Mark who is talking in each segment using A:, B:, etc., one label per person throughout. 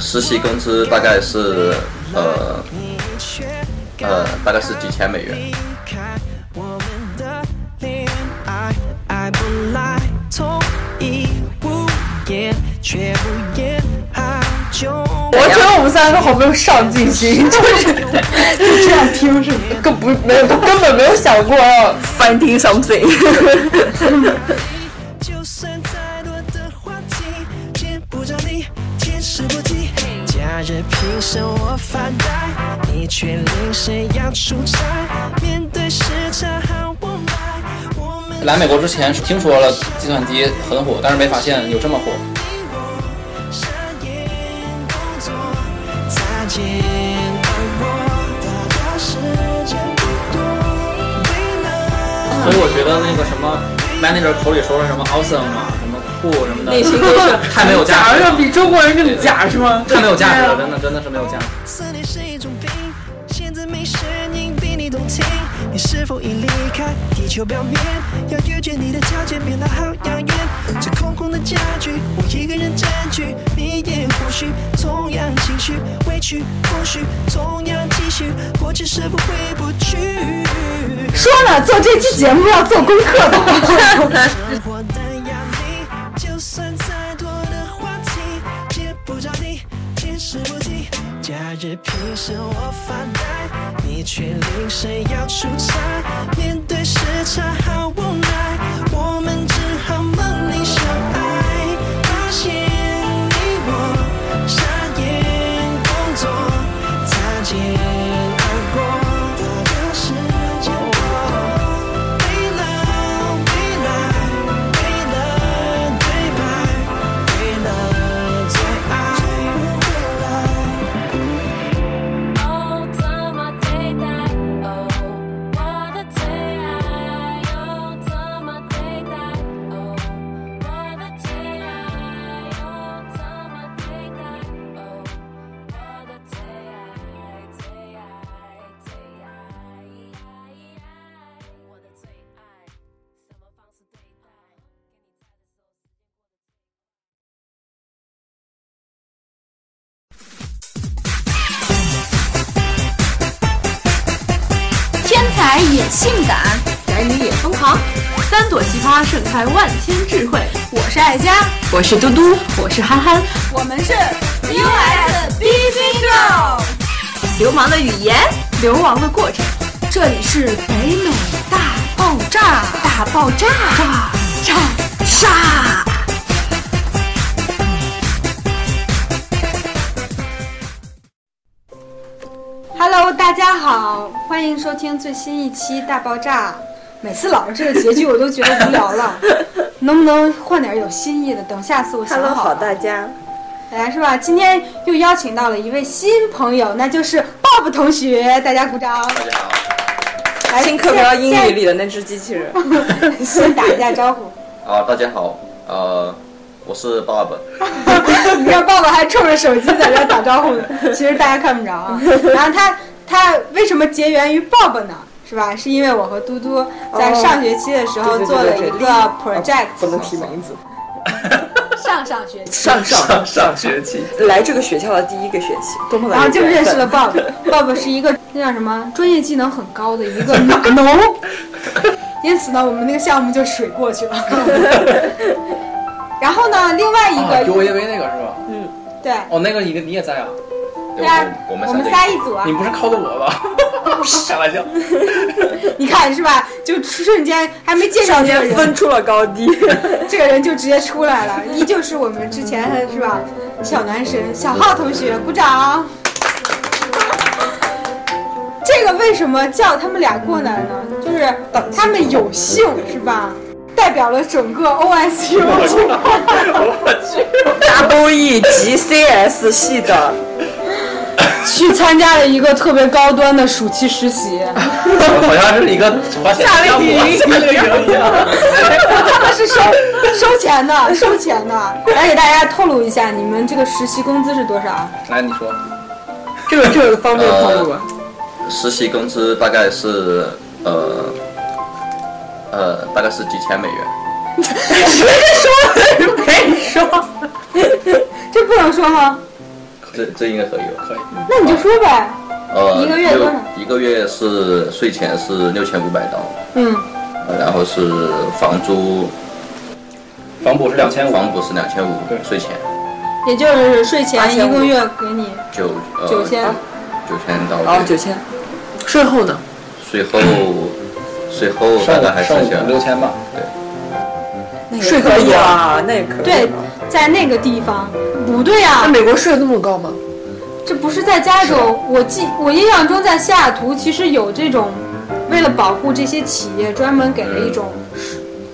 A: 实习工资大概是呃呃大概是几千美元。
B: 啊
C: 我觉得我们三个好没有上进心，就是就这样听是根不没有根本没有想过要
D: finding something
B: 就算再多的话题，见不着你，天时不济。假日平时我发呆，你却临时要出差，面对时差喊我来，我们
E: 来美国之前听说了计算机很火，但是没发现有这么火。
B: 你我深夜工作，擦肩而过，大家时间不多，为了
F: 所以我觉得那个什么 manager 口里说了什么 awesome 啊，什么酷什么的，
D: 内心都是
F: 太没有价值
C: 假的
F: 了，
C: 比啊中国人更假是吗？
F: 太没有价值了，真的真的是没有价值。
B: 思念是一种病，现在没声音比你动听。你是否已离开地球表面？要遇见你的条件变得好遥远。这空空的家具，我一个人占据。你也或许同样情绪，委屈、空虚，同样继续，过去是否回不去？
C: 说呢，做这期节目要做功课的。
B: 生活的压力，就算再多的话题，接不着你，天时不济。假日平时我发呆，你却临时要出差，面对时差好无奈，我们只好梦里相爱。发现你我傻眼工作，擦肩而过，大的时间不多。未来，未来，为了对白，为了最爱，未来。
G: 哦，怎么对待？哦，我的最爱，又怎么对待？哦，我的最爱，又怎么对待？哦，我的最爱，最爱，最爱，我的最爱，什么方式对待？给你在的时候。
H: 天才也性感，
D: 宅女也疯狂，
H: 三朵奇葩盛开万千智慧。
D: 我是爱佳，我是嘟嘟，我是憨憨。
H: 我们是 US B B Girl，
D: 流氓的语言，
H: 流亡的过程。
D: 这里是北美大爆炸，大爆炸，炸炸炸！
C: Hello，大家好，欢迎收听最新一期《大爆炸》。每次老是这个结局，我都觉得无 聊了，能不能换点有新意的？等下次我想
D: Hello，
C: 好
D: 好
C: 了
D: 大家，
C: 哎，是吧？今天又邀请到了一位新朋友，那就是 Bob 同学，大家鼓掌。
A: 大家好，
C: 来，
D: 新课标
C: 先
D: 英语里的那只机器人，
C: 哎先先打一下招呼。
A: 啊、大家好，呃，我是 Bob，
C: 你看爸爸还冲着手机在这打招呼 呢，其实大家看不着啊。然后他他为什么结缘于爸爸呢？是吧？是因为我和嘟嘟在上学期的时候
D: 哦对对对
C: 做了一
D: 对
C: 个
D: 对不
C: project，
D: 能提名字。
C: 上上学期，
D: 上上
A: 上学期
D: 来这个学校的第一个学期，多么的
C: 然啊后就
D: 缘
C: 认识
D: 分
C: 了 爸爸。爸爸是一个那叫什么专业技能很高的一 个码农，因此呢，我们那个项目就水过去了。 然后呢，另外一
F: 啊
C: 个、
F: ，UAV 那个是吧？
C: 对
F: 哦，那个你你也在啊？
C: 对啊，
A: 我
C: 我
A: 们
C: 们
A: 三
C: 仨一组啊
F: 你。不是靠的我吧？ 开玩笑，
C: 你看是吧？就瞬间还没介绍
D: 少
C: 这个
D: 年分
C: 人，
D: 出了高低，
C: 这个人就直接出来了，依旧是我们之前是吧？小男神小浩同学，鼓掌。 这个为什么叫他们俩过来呢？就是他们有幸是吧？代表了整个 OSU
D: ，Double E 及 CS 系 的，
C: 去参加了一个特别高端的暑期实习，
F: 好像是一个滑雪项目，
A: 啊
F: 夏令营一样。
C: 他们是收收钱的，收钱的。来给大家透露一下，你们这个实习工资是多少？啊
F: 来，你说，
D: 这个这个方
A: 便透露吗？
I: 啊
A: 实习工资大概是呃呃大概是几千美元。
D: 呃
C: 这不能说哈。
A: 这这应该可以吧？
F: 可以。
C: 那你就说呗。
A: 呃，
C: 一个月
A: 六
C: 多少
A: 一个月是税前是六千五百刀，
C: 嗯，
A: 呃然后是房租，
F: 房补是两千五，
A: 房补是两千五
F: 对，
A: 税前
C: 也就是税前一
I: 8500
C: 个月给你
A: 九呃
C: 九千，
A: 九千刀，
I: 哦，九千。税后呢？
A: 税后税后
F: 上
A: 大
F: 午
A: 概还
F: 上
A: 剩下
F: 午六千吧。
I: 那也
C: 税可
I: 可以
C: 以
I: 啊，那也可以。
C: 对，在那个地方不对
I: 那
C: 啊，
I: 美国税有那么高吗？
C: 这不是在加州，我记我印象中在西雅图其实有这种，为了保护这些企业，专门给了一种，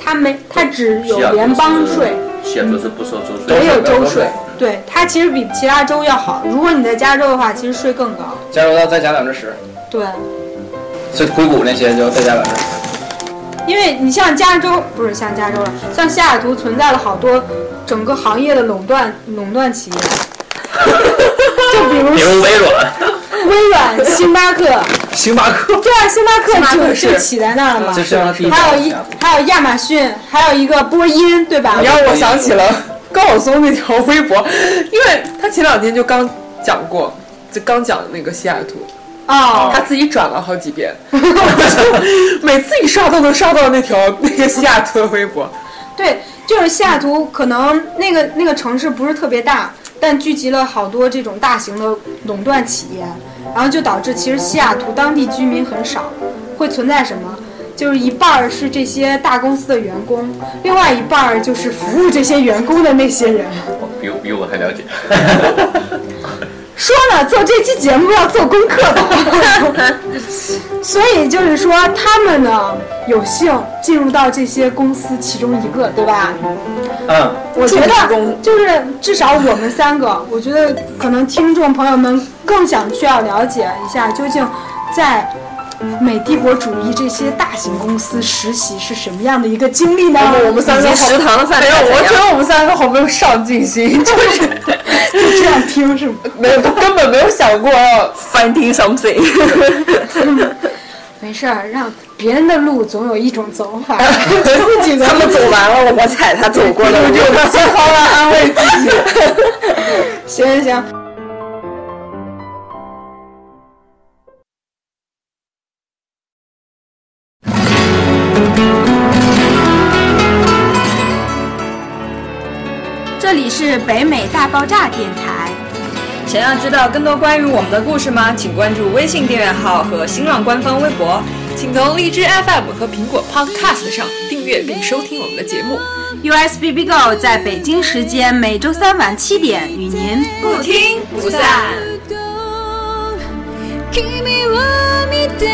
C: 他没他只有
A: 西雅图
C: 联邦
A: 是
C: 税，
A: 西雅图是不收州税的，
C: 没有州
F: 州
C: 税
F: 税，
C: 对它其实比其他州要好。如果你在加州的话，其实税更高，
F: 加入到再加百分之十，
C: 对。
F: 所以硅谷那些就再加百分之十。
C: 因为你像加州，不是像加州了，像西雅图存在了好多整个行业的垄断垄 断企业，就比如
F: 比如微软、
C: 微软、星巴克，
F: 星巴克，
C: 对啊，星巴
I: 巴
C: 克
I: 克
C: 就是就起在那儿了嘛
F: 这。是让他第一
C: 还有
F: 家
C: 一
F: 西雅图
C: 还有亚马逊，还有一个波音，对吧
D: 啊
I: 你？让我想起了 高晓松那条微博，因为他前两天就刚讲过，就刚讲那个西雅图，
C: 哦，
I: 他自己转了好几遍，每次一刷都能刷到那条那个西雅图的微博。
C: 对，就是西雅图，可能那个那个城市不是特别大，但聚集了好多这种大型的垄断企业，然后就导致其实西雅图当地居民很少，会存在什么？就是一半儿是这些大公司的员工，另外一半儿就是服务这些员工的那些人。
A: 比我比我还了解。
C: 说了，做这期节目要做功课的，所以就是说，他们呢有幸进入到这些公司其中一个，对吧？
F: 嗯，
C: 我觉
I: 住职
C: 得
I: 工
C: 就是至少我们三个，我觉得可能听众朋友们更想去要了解一下，究竟在美帝国主义这些大型公司实习是什么样的一个经历呢？
I: 我们三个
C: 以及
I: 好
C: 食
I: 堂的饭没有，我觉得我们三个好没有上进心，就是
C: 就这样听是吗？
I: 没有根本没有想过要 finding something。
C: 没事儿，让别人的路总有一种走 法。
I: 他们走完了，我踩他走过的路，只有好来安慰自己。
C: 行行行。
H: 这里是北美大爆炸电台。
I: 想要知道更多关于我们的故事吗？请关注微信订阅号和新浪官方微博，请从荔枝 FM 和苹果 Podcast 上订阅并收听我们的节目。
H: USB Bigo 在北京时间每周三晚七点与您不听不散。君を見て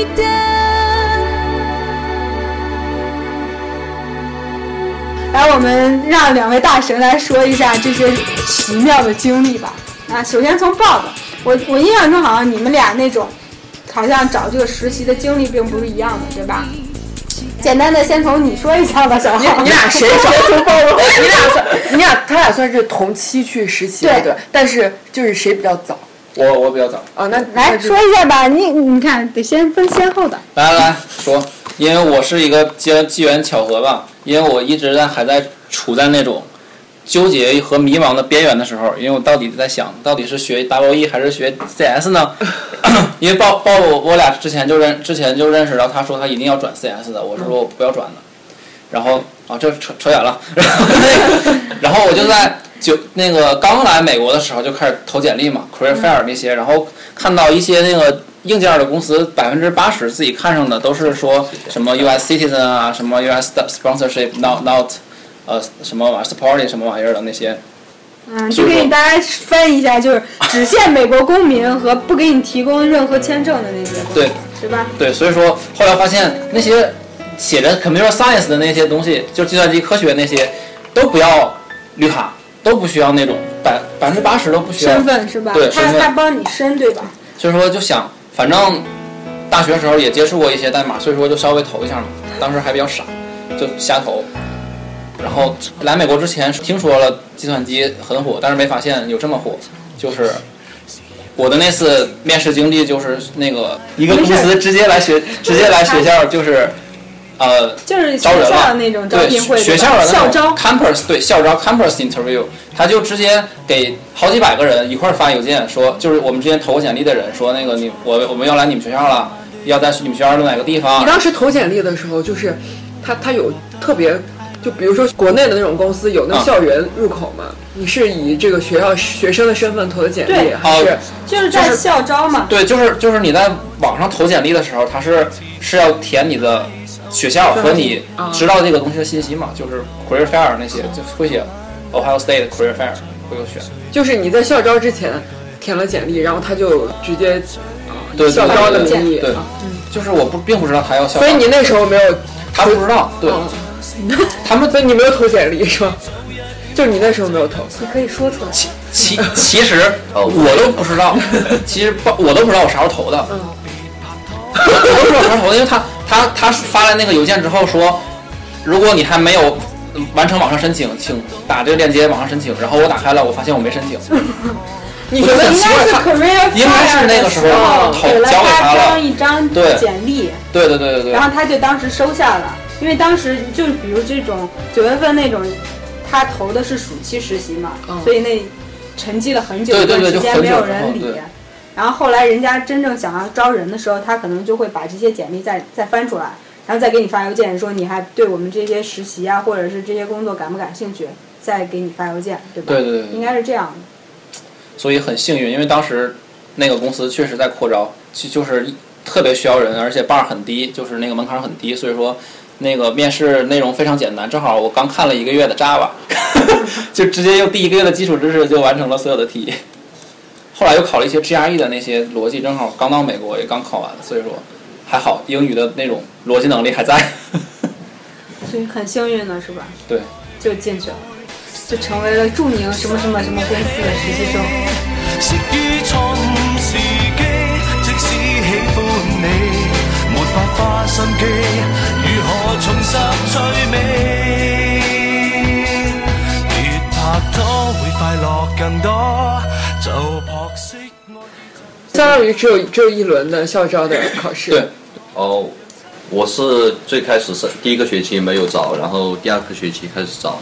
H: いた
C: 来，我们让两位大神来说一下这些奇妙的经历吧。啊，首先从豹子，我我印象中好像你们俩那种，好像找这个实习的经历并不是一样的，对吧？简单的先从你说一下吧，小浩。
I: 你俩谁先出包了？你俩算，你俩他俩算是同期去实习的，
C: 对
I: 对，但是就是谁比较早
F: 我我比较早。
I: 啊？那
C: 来
I: 那就
C: 说一下吧，你你看得先分先后的。
F: 来来来说，因为我是一个机机缘巧合吧，因为我一直在还在处在那种纠结和迷茫的边缘的时候，因为我到底在想，到底是学 WE 还是学 CS 呢？因为鲍鲍我我俩之前就认之前就认识到，他说他一定要转 CS 的，我是说我不要转的，然后啊这扯扯远了，然后那个然后我就在九那个刚来美国的时候就开始投简历嘛，Career Fair
C: 嗯
F: 那些，然后看到一些那个硬件的公司百分之八十自己看上的都是说什么 US Citizen 啊，什么 US sponsorship not not 呃什么玩意 supporting 什么玩意儿的那些，
C: 嗯，
F: 是
C: 就
F: 的
C: 给你大家翻译一下，就是只限美国公民和不给你提供任何签证的那些，
F: 对
C: 对吧？
F: 对，所以说后来发现那些写着 computer science 的那些东西，就是计算机科学那些，都不要绿卡，都不需要那种百百分之八十都不需要
C: 身份是吧？
F: 啊对
C: 他
F: 身份
C: 他帮你申对吧？
F: 所以说就想，反正大学时候也接触过一些代码，所以说就稍微投一下嘛。当时还比较傻，就瞎投。然后来美国之前听说了计算机很火，但是没发现有这么火。就是我的那次 面试经历，就是那个一个公司直接来学，直接来学校就是呃
C: 就是
F: 招
C: 学
F: 人
C: 校
F: 了
C: 的那种招
F: 对
C: 聘会，
F: 学
C: 对
F: 校
C: 吧
F: 的
C: 校
F: 那种
C: 招，
F: campus 对校招 campus interview，他就直接给好几百个人一块儿发邮件说，就是我们之前投过简历的人说那个你我我们要来你们学校了，要在你们学校的哪个地
D: 你
F: 方？
D: 当时投简历的时候，就是他他有特别，就比如说国内的那种公司有那
F: 啊
D: 校园入口嘛，你是以这个学校学生的身份投的简历，
C: 对
D: 还是
F: 哦
C: 就是在校招嘛。
F: 对，就是就是你在网上投简历的时候，他是是要填你的学校和你知道这个东西的信息嘛，就是 career fair 那些就会写 Ohio State career fair 会有选，
D: 就是你在校招之前填了简历，然后他就直接啊
F: 对
D: 校招的
F: 对对
D: 名义，啊
F: 对，就是我不并不知道他要校招，
D: 所以你那时候没有，
F: 他不知道，对。
D: 嗯 他们所以你没有投简历是吧？就是你那时候没有投，
C: 你可以说出来。
F: 其其其实
A: 哦
F: 我都不知道，其实不我都不知道我啥时候投
C: 嗯
F: 的，我我都不知道啥时候投的，因为他他他发来那个邮件之后说，如果你还没有嗯完成网上申请，请打这个链接网上申请。然后我打开了，我发现我没申请，
D: 你
F: 我觉得
D: 们
F: 很
C: 应
F: 奇
C: 该
F: 怪
C: 是
F: 他
C: career
F: 应该是那
C: fair
F: 个
C: 的
F: 时
C: 时
F: 候
C: 候
F: 投
C: 给了
F: 交给他
C: 他
F: 了
C: 张一张
F: 对
C: 简历，
F: 对对对对对
C: 然，后他就当时收下了，因为当时就比如这种九月份那种，他投的是暑期实习嘛，所以那沉寂了很
F: 嗯
C: 久
F: 对
C: 一段
F: 对对
C: 时
F: 就
C: 间
F: 很
C: 没
F: 久
C: 有
F: 之后
C: 人理啊
F: 对。
C: 然后后来人家真正想要招人的时候，他可能就会把这些简历再再翻出来，然后再给你发邮件说你还对我们这些实习啊，或者是这些工作感不感兴趣，再给你发邮件，对吧？
F: 对对对对
C: 应该是这样的。
F: 所以很幸运，因为当时那个公司确实在扩招，就就是特别需要人，而且 bar 很低，就是那个门槛很低，所以说那个面试内容非常简单。正好我刚看了一个月的 Java，就直接用第一个月的基础知识就完成了所有的题。后来又考了一些 GRE 的那些逻辑，正好刚到美国也刚考完，所以说还好英语的那种逻辑能力还在。
C: 所以很幸运的是吧？
F: 对，
C: 就进去了，就成为了驻宁什么什么什么公司的实习生。
B: 識於創時機，即使喜歡你，沒法花心機，如何重拾趣味？越拍拖會快樂更多，就撲熄愛。
D: 相当于只有只有一轮的校招的考试。
F: 对，
A: 哦，我是最开始是第一个学期没有找，然后第二个学期开始找。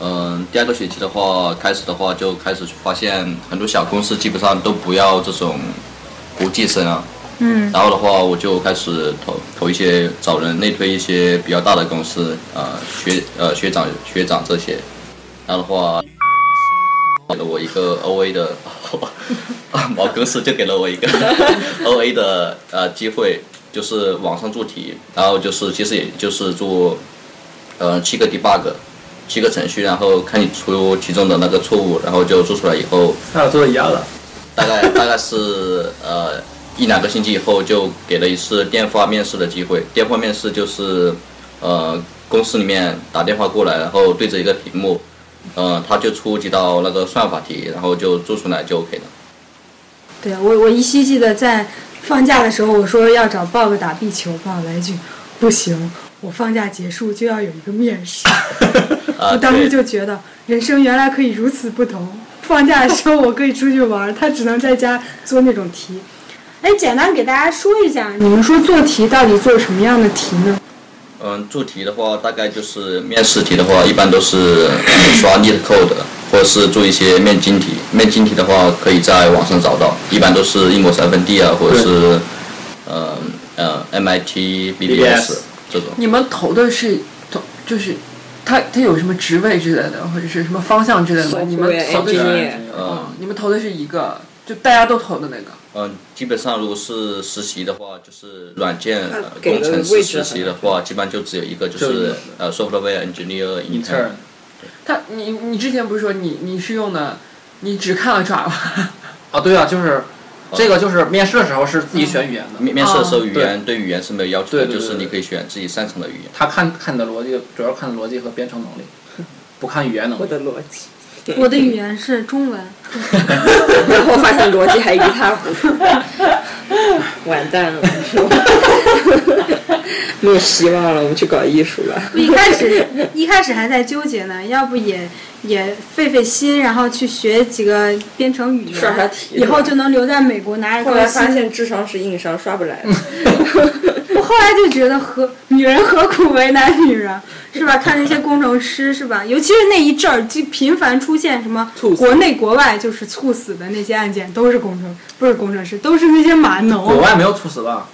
A: 嗯，第二个学期的话，开始的话就开始发现很多小公司基本上都不要这种国际生啊。嗯。然后的话，我就开始投投一些找人内推一些比较大的公司，呃，学呃学长学长这些。然后的话，给了我一个 O A 的， 啊，毛公司就给了我一个 O A 的呃机会，就是网上做题，然后就是其实也就是做呃七个 debug，七个程序，然后看你出其中的那个错误，然后就做出来以后，
J: 他俩做一样的，
A: 大概 大概是呃一两个星期以后就给了一次电话面试的机会。电话面试就是呃公司里面打电话过来，然后对着一个屏幕，呃他就出几道那个算法题，然后就做出来就 OK 了。
C: 对啊，我我依稀记得在放假的时候，我说要找 Bob 打壁球，Bob 来一句不行，我放假结束就要有一个面试。
A: 啊、
C: 我
A: 对。
C: 当时就觉得人生原来可以如此不同。放假的时候我可以出去玩，他只能在家做那种题。哎，简单给大家说一下，你们说做题到底做什么样的题呢？
A: 嗯，做题的话，大概就是面试题的话，一般都是 刷 Neat Code，或者是做一些面经题。面经题的话，可以在网上找到，一般都是英国三分地啊，或者是呃呃 MIT、BBS 这种。
D: 你们投的是投就是。他他有什么职位之类的，或者是什么方向之类的吗？你们投的是，哦
A: 嗯
D: 你们投的是一个，就大家都投的那个。
A: 嗯，基本上如果是实习的话，就是软件、呃
I: 它给
A: 工
I: 的
A: 程
I: 位
A: 师实
I: 置
A: 习的话，基本上就只有一个，就
J: 就一
A: 是
J: 个
A: 呃 software engineer
F: 嗯
A: intern。
D: 他，你你之前不是说你你是用的，你只看了爪哇，
F: 啊，对啊，就是这个就是面试的时候是自己
D: 选
F: 选语言的，
A: 面面试的
I: 哦
A: 时候，语
F: 对
A: 言对语言是没有要求的，
F: 对
A: 就
F: 对对
A: 是你
F: 对
A: 可以选自己擅长的语言。
F: 他看看你的逻辑，主要看逻辑和编程能力，不看语言能力
I: 我。的逻辑，
C: 我的语言是中文。
I: 然后发现逻辑还一塌糊涂，完蛋了，没有希望了，我们去搞 艺术吧。
C: 一开始 一开始还在纠结呢，要不也也费费心，然后去学几个编程语言，
I: 刷刷题
C: 以后就能留在美国拿着
I: 后来
C: 高
I: 发
C: 薪。
I: 现智商是硬伤，刷不来的。
C: 我后来就觉得何女人何苦为难女人，是吧？看那些工程师是吧？尤其是那一阵儿，就频繁出现什么国内国外就是猝死的那些案件，都是工程不是工程师，都是那些码农。
F: 国外没有猝死吧？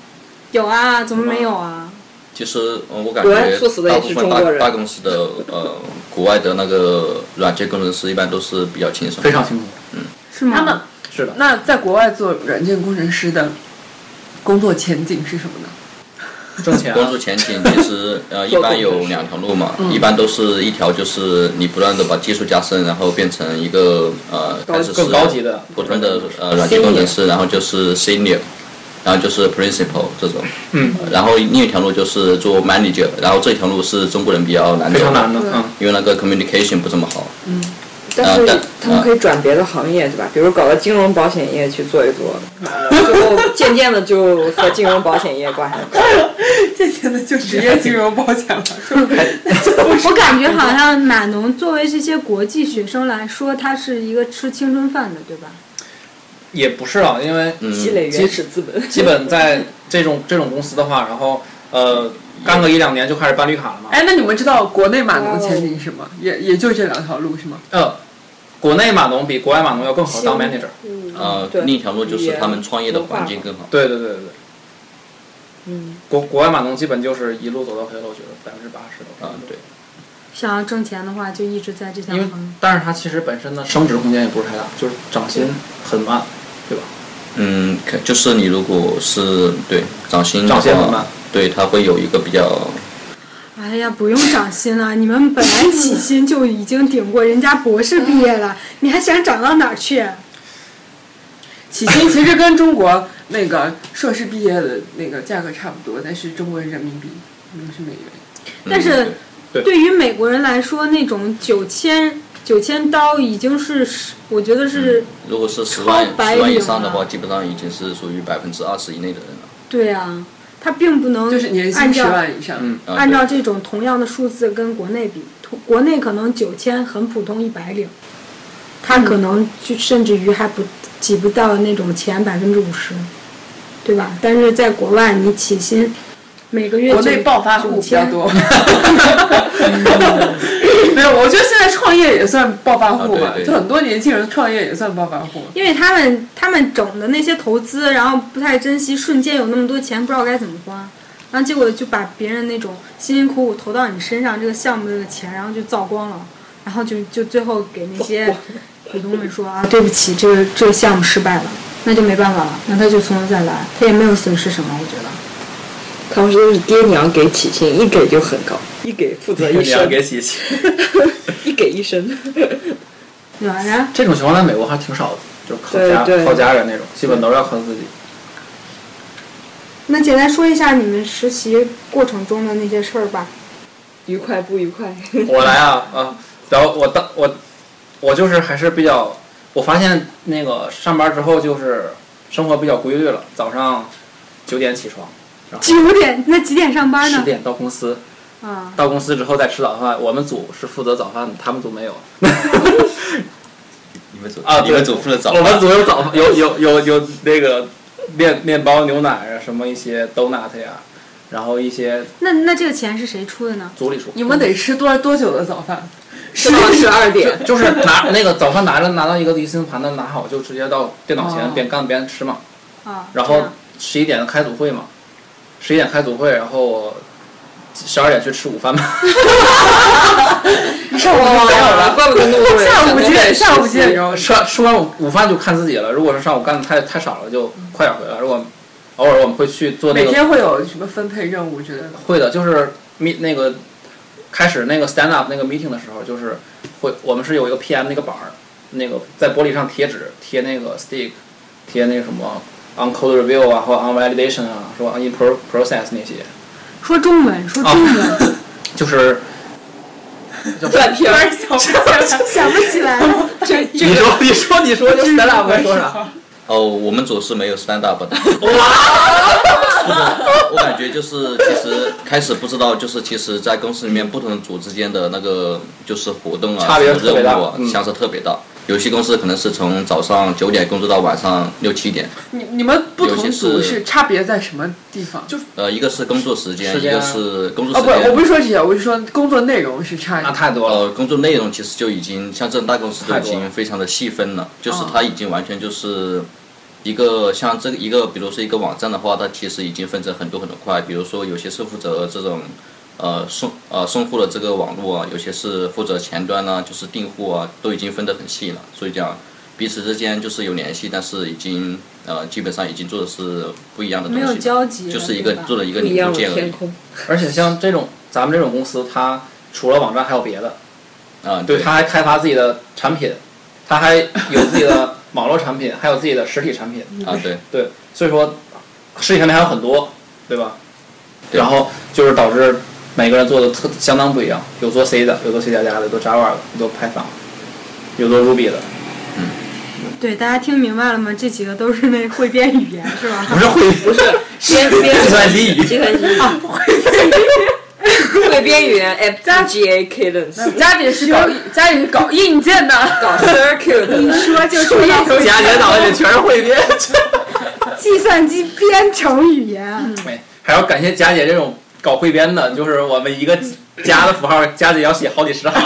C: 有啊，怎么没有啊？
A: 其实，嗯，我感
C: 国外
A: 觉
C: 猝死的
A: 大
C: 也
A: 部
C: 是
A: 分
C: 中
A: 大
C: 国人
A: 大公司的呃，国外的那个软件工程师一般都是比较轻松，
F: 非常轻松。
C: 是吗？
D: 他们
F: 是的。
D: 那在国外做软件工程师的工作前景是什么呢？
F: 挣钱、啊
A: 关注前景其实 呃一般有两条路嘛，
D: 嗯
A: 一般都是一条就是你不断的把技术加深，然后变成一个呃
F: 高
A: 开始是
F: 更高级的
A: 普通的呃软件工程师，然后就是 senior，然后就是 principal 这种。呃
F: 嗯，
A: 然后另一条路就是做 manager，然后这条路是中国人比较难走，
F: 非常难的
K: 嗯嗯，
A: 因为那个 communication 不怎么好。
K: 但是
A: 啊但
K: 他们可以转别的行业，对吧？比如搞到金融保险业去做一做，
D: 啊
K: 最后渐渐的就和金融保险业挂 上钩。
D: 这些呢就职业金融保险了，
C: 我感觉好像码农作为这些国际学生来说，他是一个吃青春饭的，对吧？
F: 也不是啊，因为
A: 嗯
K: 积累原始资本
F: 基本在这种这种公司的话，然后呃，干个一两年就开始办绿卡了嘛。
D: 哎，那你们知道国内码农前景是吗？也也就这两条路是吗？
F: 呃，国内码农比国外码农要更好当 manager。
A: 呃，另一条路就是他们创业的环境更好。
F: 对对对对对，
K: 嗯，
F: 国国外码农基本就是一路走到黑路，我觉得百分之八十都啊对，
C: 想要挣钱的话，就一直在这项
F: 因为
C: 行业。
F: 但是它其实本身的升值空间也不是太大，就是涨薪很慢，对吧？
A: 嗯，可就是你如果是对涨薪的
F: 涨薪很慢
A: 话，对它会有一个比较
C: 哎呀，不用涨薪了，你们本来起薪就已经顶过人家博士毕业了，你还想涨到哪儿去？
D: 起薪其实跟中国那个硕士毕业的那个价格差不多，但是中国人民币，你们是美元。
A: 嗯
C: 但是对于美国人来说，那种九千九千刀已经是十，我觉得
D: 嗯
C: 是
A: 如果是十
C: 超
A: 万
C: 白
A: 十万以
C: 领
A: 上的话，基本上已经是属于百分之二十以内的人了。
C: 对啊，他并不能
D: 就是年薪
C: 按照
D: 10万以上
A: 嗯啊
C: 按照这种同样的数字跟国内比，同国内可能九千很普通一白领，他可能就甚至于还不挤不到那种前百分之五十，对吧？但是在国外，你起薪每个月
D: 国内
C: 就
D: 暴发户比较
C: 9000
D: 多没有，我觉得现在创业也算暴发户吧，就很多年轻人创业也算暴发户。
C: 因为他们他们整的那些投资，然后不太珍惜，瞬间有那么多钱，不知道该怎么花，然后结果就把别人那种辛辛苦苦投到你身上这个项目这个钱，然后就造光了，然后就就最后给那些股东们说啊，对不起，这个这个项目失败了，那就没办法了，那他就从头再来，他也没有损失什么，我觉得。
K: 他们说都是爹娘给起薪，一给就很高，一给 负责一
F: 你要
K: 生，
F: 给起薪，
K: 一给一生。
C: 对吧？然后
F: 这种情况在美国还挺少的，就是靠
K: 对
F: 家
K: 对
F: 靠家人那种，基本都是要靠自己。
C: 那简单说一下你们实习过程中的那些事儿吧。
K: 愉快不愉快？
F: 我来啊啊！然后我当我我就是还是比较，我发现那个上班之后就是生活比较规律了，早上九点起床，然后
C: 九点那几点上班
F: 十
C: 呢？
F: 点到公司，
C: 啊，
F: 到公司之后再吃早饭。我们组是负责早饭的，他们组没有。
A: 你们组
F: 啊，
A: 你们组负责早
F: 我
A: 饭
F: 们组有早有有有有那个面面包、牛奶啊，什么一些 donut 呀、然后一些
C: 那那这个钱是谁出的呢？
F: 组里说，
D: 你们得吃多多久的早饭？
K: 吃到12点
F: 就就是拿那个早饭拿着拿到一个离心盘的拿好，就直接到电脑
D: 哦
F: 前边干边吃嘛。
C: 啊，
F: 然后十一点开组会嘛，十一点开组会，然后十二点去吃午饭嘛。
K: 上午 就没有了，怪不得那么多人。
D: 下午几点？下午
K: 几
D: 几点钟？
F: 吃吃完午午饭就看自己了。如果是上午干的太太少了，就快点回来。如果偶尔我们会去做那
D: 每天
F: 个
D: 会有什么分配任务之 类的？
F: 会的，就是 meet 那个开始那个 stand up 那个 meeting 的时候，就是会我们是有一个 PM 那个板儿，那个在玻璃上贴纸贴那个 stick，贴那个什么 on code review 啊，或 on validation 啊，说 on in pro process 那些。
C: 说中文，说
A: 啊
C: 中 文，
F: 就是
K: 断片 儿，
C: 想不起 来了。
F: 你说你说你说，就 stand up 说啥？
A: 哦，我们组是没有 stand up 的。我感觉就是，其实开始不知道，就是其实，在公司里面不同的组之间的那个就是活动啊，
F: 差别
A: 什么
F: 特别
A: 任
F: 大
A: 务啊，
F: 嗯
A: 相差特别大。游戏公司可能是从早上九点工作到晚上六七点，
D: 你你们不同
A: 有些
D: 组
A: 是
D: 是差别在什么地方？就
A: 呃，一个是工作时间，
D: 时
A: 一
D: 间
A: 个
D: 啊
A: 是工作
D: 哦
A: 时
D: 不，
A: 间。
D: 我不是说这些，我是说工作内容是差异。
A: 那
F: 啊
A: 太多了。呃，工作内容其实就已经像这种大公司都已经非常的细分了，就是它已经完全就是一个像这个一个，比如说一个网站的话，它其实已经分成很多很多块，比如说有些是负责这种。呃，送呃送货的这个网络啊，有些是负责前端啦、就是订货啊，都已经分得很细了。所以讲，彼此之间就是有联系，但是已经呃基本上已经做的是不一样的东西了，
C: 没有交集了
A: 就是一个
C: 对吧
A: 做了一个零部件而已。
K: 空。
F: 而且像这种咱们这种公司，它除了网站还有别的，
A: 啊，
F: 对，它还开发自己的产品，它还有自己 的网络产品，还有自己的实体产品
A: 啊，对
F: 对，所以说实体产品还有很多，对吧？
A: 对
F: 然后就是导致每个人做的特相当不一样，有做 C 的，有做 C 加加的，有做 Java 的，有做 Python，有做 Ruby 的，
C: 对，大家听明白了吗？这几个都是那汇编语言是 吧？
F: 不是会 不是
K: 编编
F: 计算机语
K: 计算机
C: 啊，
K: 会哎编 语言 FPGA Cadence，
D: 家里是搞家里是搞硬件的，
K: 搞 circuit 的。
C: 你说就说到
F: 佳姐脑袋里全是汇 编。
C: 计算机编程语
A: 嗯
C: 言，
F: 没，还要感谢佳姐这种搞汇编的，就是我们一个加的符号，佳姐要写好几十行。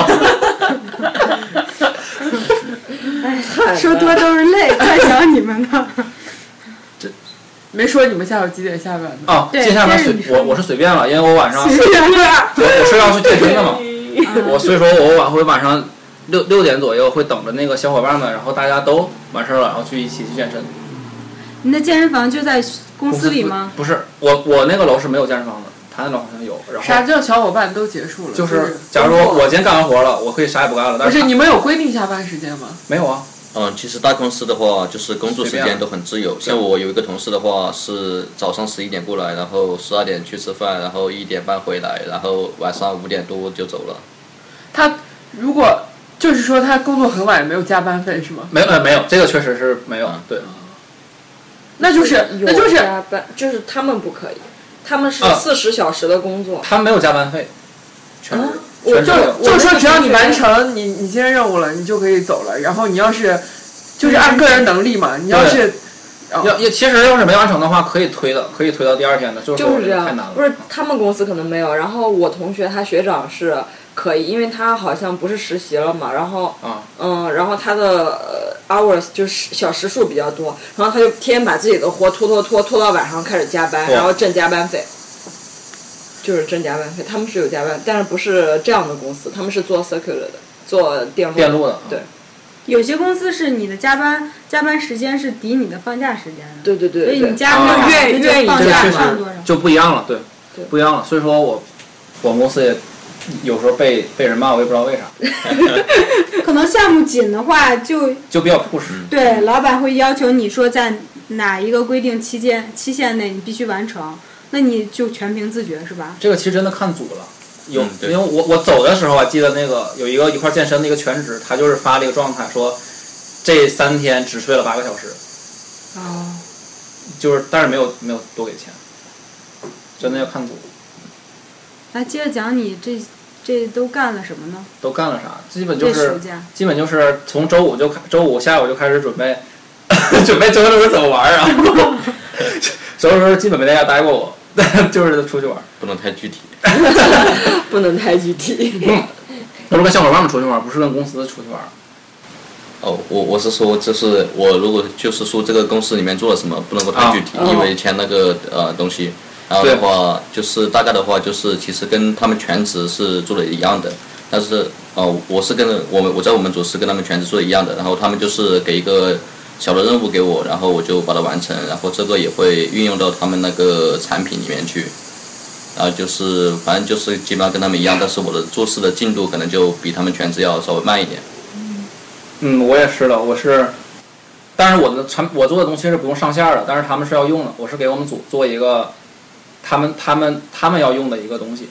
C: 说多都是泪，快想你们 了。
D: 没说你们下午几点下班呢？
F: 哦，
D: 对
F: 接下来
D: 这是
F: 随
D: 你说
F: 我我是随便了，因为我晚上
D: 随便
A: 啊
F: 我我睡觉是健身的嘛，我所以说我晚会晚上六六点左右会等着那个小伙伴们，然后大家都完事儿了，然后去一起去健身。
C: 你的健身房就在公司里吗？
F: 不是，我我那个楼是没有健身房的，他那楼好像有。然
D: 啥
F: 后
D: 叫小伙伴都结束了？
F: 就是，假如说我今天干完活了，我可以啥也不干了，但
D: 不
F: 是
D: 是
F: 他
D: 你们有规定下班时间吗？
F: 没有啊？
A: 嗯，其实大公司的话，就是工作时
F: 随便啊
A: 间都很自由。像我有一个同事的话，是早上十一点过来，然后十二点去吃饭，然后一点半回来，然后晚上五点多就走了。
D: 他如果就是说他工作很晚，没有加班费是吗？
F: 没有呃没有，这个确实是没有。对，
D: 那就是那就是
K: 有加班，就是他们不可以，他们是
F: 啊
K: 四十小时的工作。
F: 他没有加班费，全
K: 啊
F: 是
K: 我
F: 全
D: 就
F: 没有。
D: 就是说，只要你完成你你今天任务了，你就可以走了。然后你要是就是按个人能力嘛，你要是
F: 要要，其实要是没完成的话，可以推的，可以推到第二天的，就是
K: 就是这
F: 太难
K: 样，
F: 了。
K: 不是他们公司可能没有，然后我同学他学长是可以，因为他好像不是实习了嘛，然后
F: 啊，
K: 嗯，然后他的呃 hours 就是小时数比较多，然后他就天天把自己的活拖拖拖拖到晚上开始加班，
F: 哇
K: 然后挣加班费，就是挣加班费，他们是有加班，但是不是这样的公司，他们是做 circular 的，做电路
F: 电路的
K: 对
C: 有些公司是你的加班加班时间是抵你的放假时间的，
K: 对对对，
C: 所以你加
F: 啊
C: 班
K: 愿愿意
C: 放
F: 这个
C: 假
F: 确
C: 放多少
F: 实？就不一样了，对
K: 对，
F: 不一样了。所以说我我们公司也有时候被被人骂，我也不知道为啥，
C: 可能项目紧的话，就
F: 就比较 push。
A: 嗯
C: 对老板会要求你说在哪一个规定期间期限内你必须完成，那你就全凭自觉是吧？
F: 这个其实真的看组了。有，
A: 嗯对
F: 因为我我走的时候啊，记得那个有一个一块儿健身的一个全职，他就是发了一个状态说，这三天只睡了八个小时，
C: 哦，
F: 就是但是没有没有多给钱，真的要看组
C: 来接着讲你这这都干了什么呢？
F: 都干了啥，基本就
C: 这暑
F: 是
C: 假
F: 基本就是从周五就开，周五下午就开始准备， 准备周六日怎么玩儿啊， 周六日基本没在家待过我， 就是出去玩儿。
A: 不能太具体。
K: 不能太具体。
F: 嗯我是跟小伙伴们出去玩儿，不是跟公司出去玩儿。
A: 哦，我我是说，就是我如果就是说这个公司里面做了什么，不能够太具体，
F: 啊哦
A: 因为签那个呃东西。然后的话，就是大概的话，就是其实跟他们全职是做的一样的，但是呃，我是跟我们我在我们组是跟他们全职做的一样的，然后他们就是给一个小的任务给我，然后我就把它完成，然后这个也会运用到他们那个产品里面去。然后就是，反正就是基本上跟他们一样，但是我的做事的进度可能就比他们全职要稍微慢一点。
F: 嗯，我也是的，我是，但是我的产我做的东西是不用上线儿的，但是他们是要用的，我是给我们组做一个他们他们他们要用的一个东西，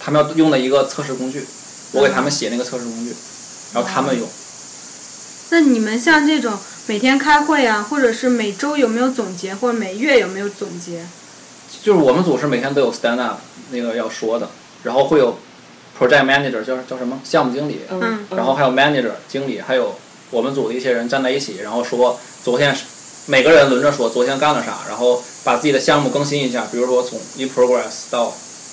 F: 他们要用的一个测试工具，我给他们写那个测试工具，然后他们用。
C: 那你们像这种每天开会啊，或者是每周有没有总结，或者每月有没有总结？
F: 就是我们组是每天都有 stand up 那个要说的，然后会有 project manager 叫叫什么项目经理，
J: 嗯
F: 然后还有 manager 经理，还有我们组的一些人站在一起，然后说昨天是每个人轮着说昨天干了啥，然后把自己的项目更新一下，比如说从 in progress 到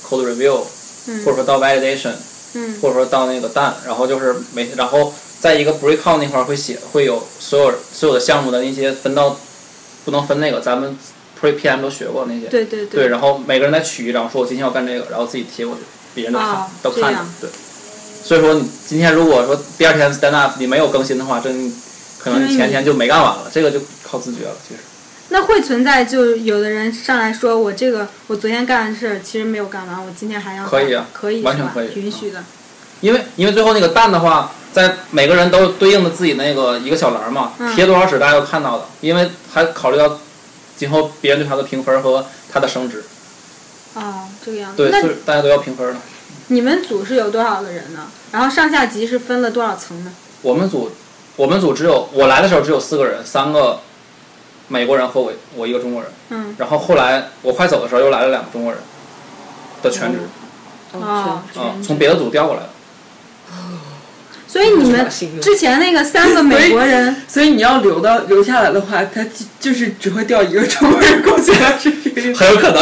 F: code review，
J: 嗯
F: 或者说到 validation，
J: 嗯
F: 或者说到那个蛋，然后就是每然后在一个 breakout 那块儿会写会有所有所有的项目的那些分到不能分那个，咱们 pre PM 都学过那些，
C: 对对
F: 对然后每个人再取一张，说我今天要干这个，然后自己贴过去，别人都看、
C: 啊
F: 都
C: 这
F: 看着
C: 样，
F: 对。所以说你今天如果说第二天 stand up 你没有更新的话，这你可能你前天就没干完了，这个就靠自觉了，其实。
C: 那会存在，就有的人上来说我这个我昨天干的事儿其实没有干完，我今天还要干
F: 可以啊
C: 可以
F: 完全
C: 是吧
F: 可以
C: 允许的。
F: 因为因为最后那个蛋的话，在每个人都对应的自己那个一个小栏儿嘛，
C: 嗯
F: 贴多少纸大家都看到的，因为还考虑到今后别人对他的评分和他的升职，
C: 哦，这个样子。
F: 对，
C: 那
F: 所以大家都要评分的。
C: 你们组是有多少个人呢？然后上下级是分了多少层呢？
F: 我们组我们组只有我来的时候只有四个人，三个美国人和我我一个中国人，
C: 嗯，
F: 然后后来我快走的时候又来了两个中国人的全职，
C: 哦，
F: 啊、从别的组调过来的。
C: 所以你们之前那个三个美国人，
D: 所以你要留到留下来的话，他就就是只会调一个中国人过去，
F: 很有可能。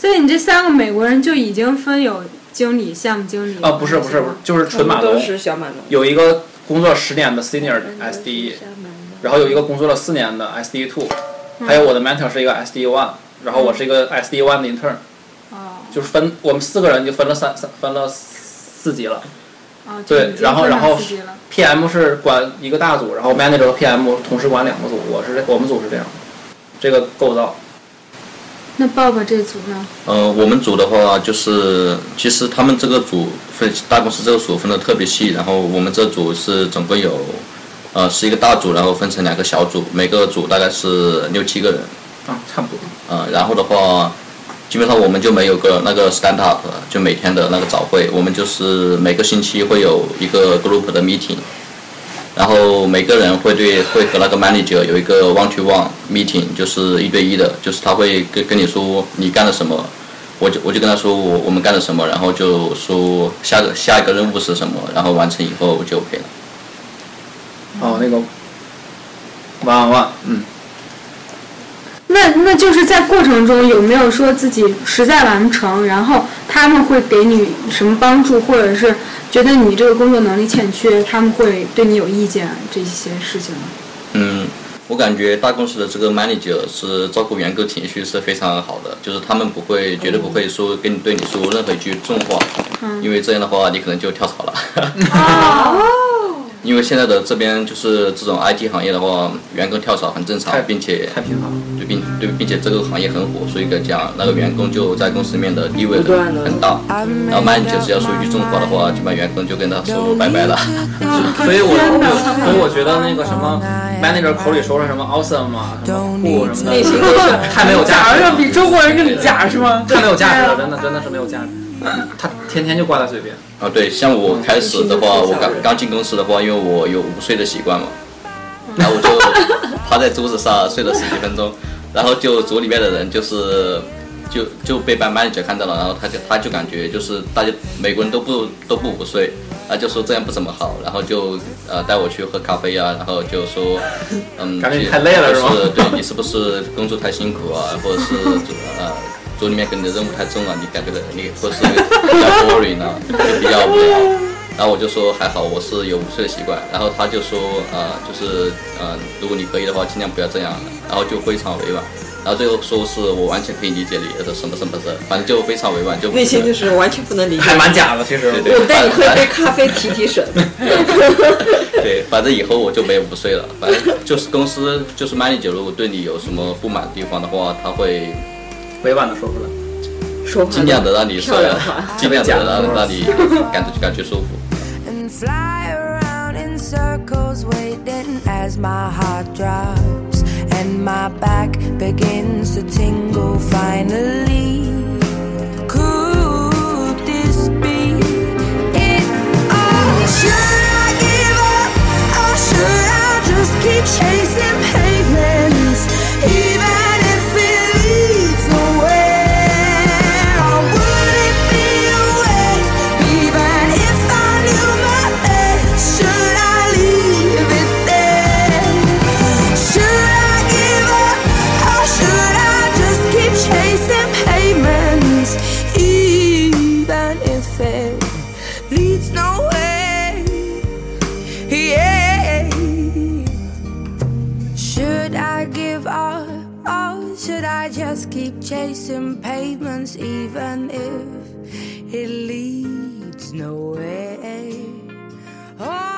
C: 所以你这三个美国人就已经分有经理、项目经理
F: 啊，不是不是不是，就是纯码农，有一个工作十年的 senior SDE，然后有一个工作了四年的 SDE two，还有我的 mentor 是一个 SDE one，然后我是一个 SDE one 的 intern，就是
C: 哦
F: 分我们四个人就分了三三分了四级了。
C: 啊，就已
F: 对，
C: 经
F: 然后
C: 分
F: 然
C: 到
F: 后
C: 四级了
F: PM 是管一个大组，然后 manager 和 PM 同时管两个组，我是这我们组是这样的，这个构造。
C: 那爸爸这组呢？
A: 呃，我们组的话就是，其实他们这个组分大公司这个组分的特别细，然后我们这组是总共有，呃，是一个大组，然后分成两个小组，每个组大概是六七个人。
F: 啊，差不多。
A: 呃，然后的话，基本上我们就没有个那个 stand up，就呃每天的那个早会，我们就是每个星期会有一个 group 的 meeting，然后每个人会对会和那个 manager 有一个 one to one meeting，就是一对一的，就是他会跟跟你说你干了什么。我就我就跟他说我我们干了什么，然后就说下个下一个任务是什么，然后完成以后就 OK 了。
F: 哦，那个，哇哇，嗯，
C: 那那就是在过程中有没有说自己实在完成，然后他们会给你什么帮助，或者是觉得你这个工作能力欠缺，他们会对你有意见啊这些事情吗？
A: 嗯，我感觉大公司的这个 manager 是照顾员工情绪是非常好的，就是他们不会绝对不会说跟你对你说任何一句重话，
C: 嗯
A: 因为这样的话你可能就跳槽了。
C: 哦，
A: 因为现在的这边就是这种 IT 行业的话，员工跳槽很正常
F: 太，
A: 并且
F: 太频繁了，
A: 对并对，并且这个行业很火，所以讲那个员工就在公司里面的地位
K: 不断地
A: 很很大。然后 manager 只要说一句重话的话，基本员工就跟他说拜拜了。
F: 所以我我所以我觉得那个什么 manager 口里说了什么 awesome 啊，什么酷什么的，
D: 内 心都是
F: 太没有价值了，
D: 比中国人更假是吗？
F: 太没有价值了，真的真的是没有价值，嗯他天天就挂在嘴边。
A: 啊，对，像我开始的话，我刚刚进公司的话，因为我有午睡的习惯嘛，然后我就趴在桌子上睡了十几分钟，然后就组里面的人就是就就被班 manager 看到了，然后他就他就感觉就是大家美国人都不都不午睡，他就说这样不怎么好，然后就呃带我去喝咖啡啊，然后就说嗯，
F: 感觉你
A: 去
F: 太累了是吗
A: 就是对你是不是工作太辛苦啊，或者是 呃。组里面给你的任务太重了，啊你感觉的你或者是比较 boring 啊，就比较无聊。然后我就说还好，我是有午睡的习惯。然后他就说，呃，就是，呃，如果你可以的话，尽量不要这样。然后就非常委婉，然后最后说是我完全可以理解你的什么什么的，反正就非常委婉，就
K: 内心就是完全不能理解。
F: 假的，其实
A: 对对，
K: 我带你喝一
A: 反
K: 杯咖啡提提神。
A: 对，反正以后我就没有午睡了。反正就是公司就是 manager 如果对你有什么不满的地方的话，他会
F: 委婉的说出来。
K: 说
A: 尽量的让你睡
B: 漂亮话，
A: 尽量的让让你感觉感觉舒服。
G: and fly around in circles, waiting as my heart drops and my back begins to tingle. Finally, could this be it? Oh, should I give up or should I just keep chasing pavements, even if it leads nowhere? Oh, said leads nowhere. Yeah. Should I give up or should I just keep chasing pavements even if it leads nowhere? Oh.